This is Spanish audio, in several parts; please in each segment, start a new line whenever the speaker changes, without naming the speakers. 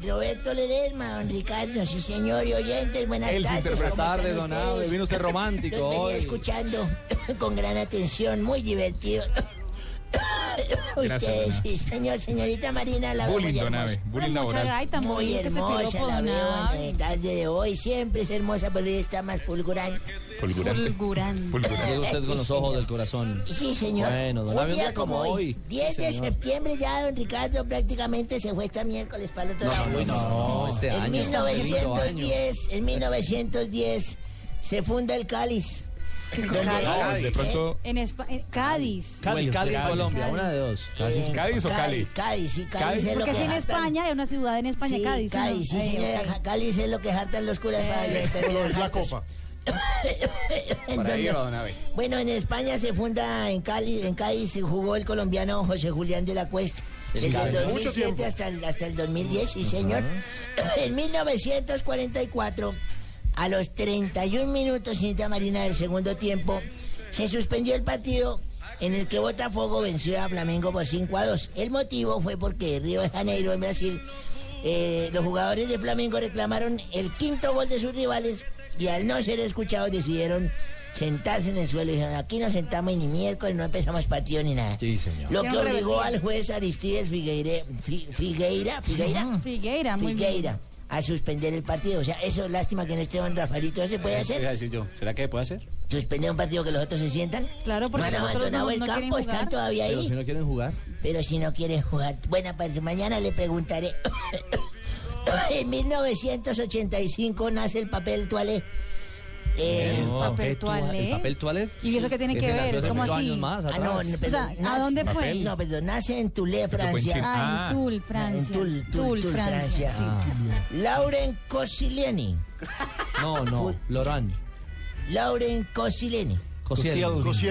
Roberto Lederma, don Ricardo, sí señor, y oyentes, buenas
Él se
tardes. ¿cómo
interpretar
están
de don
ustedes?
Ave, vino usted romántico
Los venía
hoy.
escuchando con gran atención, muy divertido. Ustedes, sí señor, señorita Marina, la veo muy
Bullying, don
hermosa.
Ave. Bullying laboral.
gaita,
Muy
bonito ese
hermosa,
piropo,
la
don
veo en
Abe.
la tarde de hoy, siempre es hermosa, pero hoy está más fulgurante.
Fulgurante.
Fulgurante.
Fulgurante.
Llega usted con los ojos del corazón.
Sí, señor.
Bueno, don
un
Abe,
día como hoy, 10
Sí,
de
señor.
septiembre ya, don Ricardo prácticamente se fue esta miércoles para el otro lado.
No, este
En
año. cinco años.
1910, en 1910 se funda el Cáliz. Donde-
Cádiz, De pronto,
En, Espa- en Cádiz.
Cádiz, Cádiz,
Cádiz.
Colombia, una de dos.
Eh,
¿Cádiz o Cali?
Cádiz, sí, Cádiz,
Cádiz.
es lo
Porque
que
es en
jartan-
España, hay una ciudad en España,
Sí,
Cádiz. ¿no?
Cádiz, sí,
Eh,
señora.
ok.
Ja- Cádiz es lo que jartan los curas para
Eh.
determinar jatos. En
para ahí
donde-
va don Abe.
Bueno, en España se funda en Cádiz, en Cádiz se jugó el colombiano José Julián de la Cuesta. Desde el 2007 hasta el, hasta el 2010, sí señor. En 1944, a los 31 minutos, cinta marina del segundo tiempo, se suspendió el partido en el que Botafogo venció a Flamengo por 5 a 2. El motivo fue porque Río de Janeiro, en Brasil, eh, los jugadores de Flamengo reclamaron el quinto gol de sus rivales y al no ser escuchados decidieron sentarse en el suelo y dijeron, aquí nos sentamos y ni miércoles, no empezamos partido ni nada.
Sí, señor.
Lo que
Hicieron
obligó
rebeldía.
al juez Aristides Figueire- Fi- Figueira, Figueira,
Figueira, muy
Figueira, a suspender el partido. O sea, eso lástima que en este don Rafaelito no se puede
Eso iba a
hacer.
decir yo. ¿Será que puede hacer?
Suspender un partido que los otros se sientan.
Claro, porque
no han
los otros
abandonado
no-
el
no quieren
campo, están
jugar.
todavía
Pero
ahí.
si no quieren jugar.
Pero si no quiere jugar. Bueno, pues mañana le preguntaré. en 1985 nace el papel toalé. Eh,
No,
papel toalé.
¿El papel toalet?
¿Y eso qué tiene
Ese
que
nació
ver?
hace
Es como
muchos
así.
años más,
ah, no,
atrás.
no, perdón,
O sea, ¿a dónde fue?
nace- No, perdón, nace en Tulé,
fue en
Francia.
Chile.
Ah,
Ah.
en Toul, Francia.
En Toul, Toul, Toul, Francia.
sí.
Lauren Cosiliani.
No, no, Lorán.
Lauren Cosiliani.
Cosiel.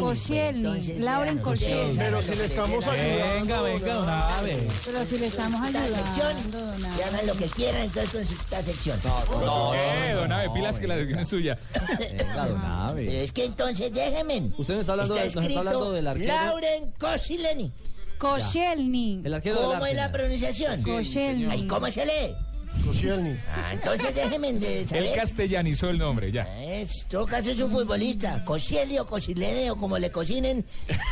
Koscielny,
Entonces,
Lauren
ya, ustedes
Koscielny.
saben lo
Pero si
que
le estamos
quieran.
Venga, venga, don Abe.
Pero si le estamos
Esta
ayudando,
sección,
don
que
Abe.
hagan lo que quieran entonces con su- esta sección.
No,
Eh, don Abe,
no,
pilas que la
venga.
decisión es suya.
Venga, don
Pero
Abe.
es que entonces déjenme.
Usted me está hablando de- nos está hablando del arquero.
Lauren Koscielny.
Koscielny.
El arquero del
¿Cómo es
Arsenal.
la pronunciación?
Koscielny.
Ay, ¿cómo se lee? Ah, entonces déjenme de
Él
saber.
castellanizó el nombre, ya.
En todo caso es un futbolista, Cosieli o Cosilene o como le cocinen,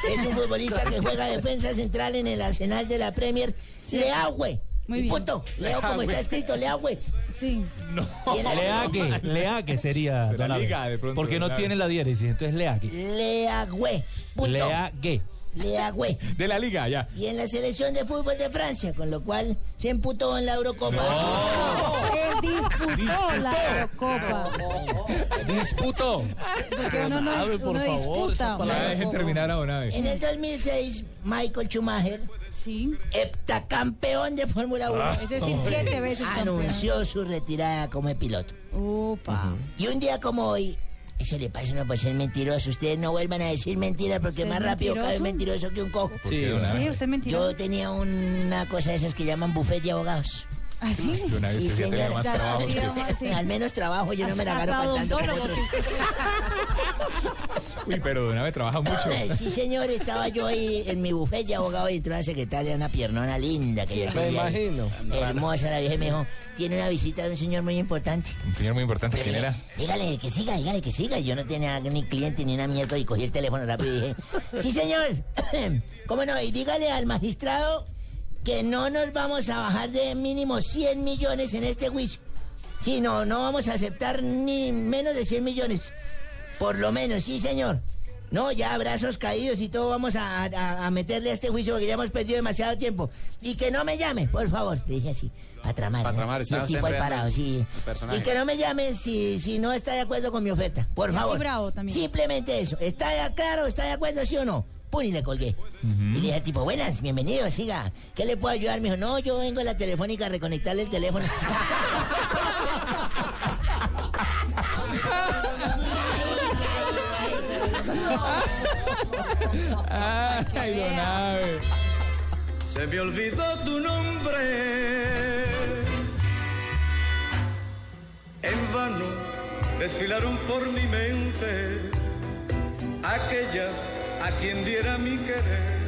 es un futbolista que juega defensa central en el arsenal de la Premier, Leahue.
Muy
Y
bien.
punto, leo como está escrito, Leahue.
Sí.
Y el arsenal-
League, League sería.
Será
don Abe.
liga, de pronto,
Porque
don
no
Abe.
tiene la diéresis, entonces League.
Leahue, punto,
League.
Leahue.
De la liga, ya.
Y en la selección de fútbol de Francia, con lo cual se emputó en la Eurocopa. Oh.
Él disputó la Eurocopa.
Disputo.
Porque uno no
Abe, por
uno
favor,
disputa.
esa
Ya dejen terminar a don Abe.
En el 2006, Michael Schumacher,
Sí.
heptacampeón de Fórmula
Ah.
1,
Es decir, siete veces
Ah,
campeón.
anunció su retirada como piloto.
Opa.
Y un día como hoy, eso le pasa no por ser mentiroso. Ustedes no vuelvan a decir mentiras porque
¿Ser
más rápido cae un
mentiroso?
mentiroso que un cojo.
Sí, don
Sí,
Abe.
usted mintió.
Yo tenía una cosa de esas que llaman buffet de abogados.
Así.
Don Abe,
Sí,
Ah, usted sí tenía
señora.
más
Ya,
trabajo.
sí,
que-
vamos, sí.
Al menos trabajo, yo no me la agarro
Hasta
cantando como
odontólogo,
otros.
Uy, pero don Abe trabaja mucho.
Ay, Sí, señor, estaba yo ahí en mi buffet de abogados y entró la secretaria, una piernona linda que yo
Me
tenía ahí.
imagino.
Hermosa la vieja y me dijo, tiene una visita de un señor muy importante.
Un señor muy importante, ¿quién era?
Dígale que siga, dígale que siga. Yo no tenía ni cliente ni una mierda y cogí el teléfono rápido y dije, sí señor, ¿cómo no? Y dígale al magistrado que no nos vamos a bajar de mínimo 100 millones en este juicio. Sí, no, no vamos a aceptar ni menos de 100 millones. Por lo menos, sí señor. No, ya brazos caídos y todo vamos a, a- a meterle a este juicio porque ya hemos perdido demasiado tiempo. Y que no me llame, por favor. Le dije así, para tramar.
Pa'
¿no?
tramar,
Y
estaba
el tipo
usted
ahí parado,
enredando
sí.
el personaje.
Y que no me llame si, si no está de acuerdo con mi oferta. Por
Y así
favor.
bravo también.
Simplemente eso. ¿Está de- claro? ¿Está de acuerdo, sí o no? pum, y le colgué. Y le dije al tipo, buenas, bienvenido, siga. ¿Qué le puedo ayudar? Me dijo, no, yo vengo a la telefónica a reconectarle el teléfono.
Ay, don Abe.
Se me olvidó tu nombre. En vano desfilaron por mi mente aquellas a quien diera mi querer.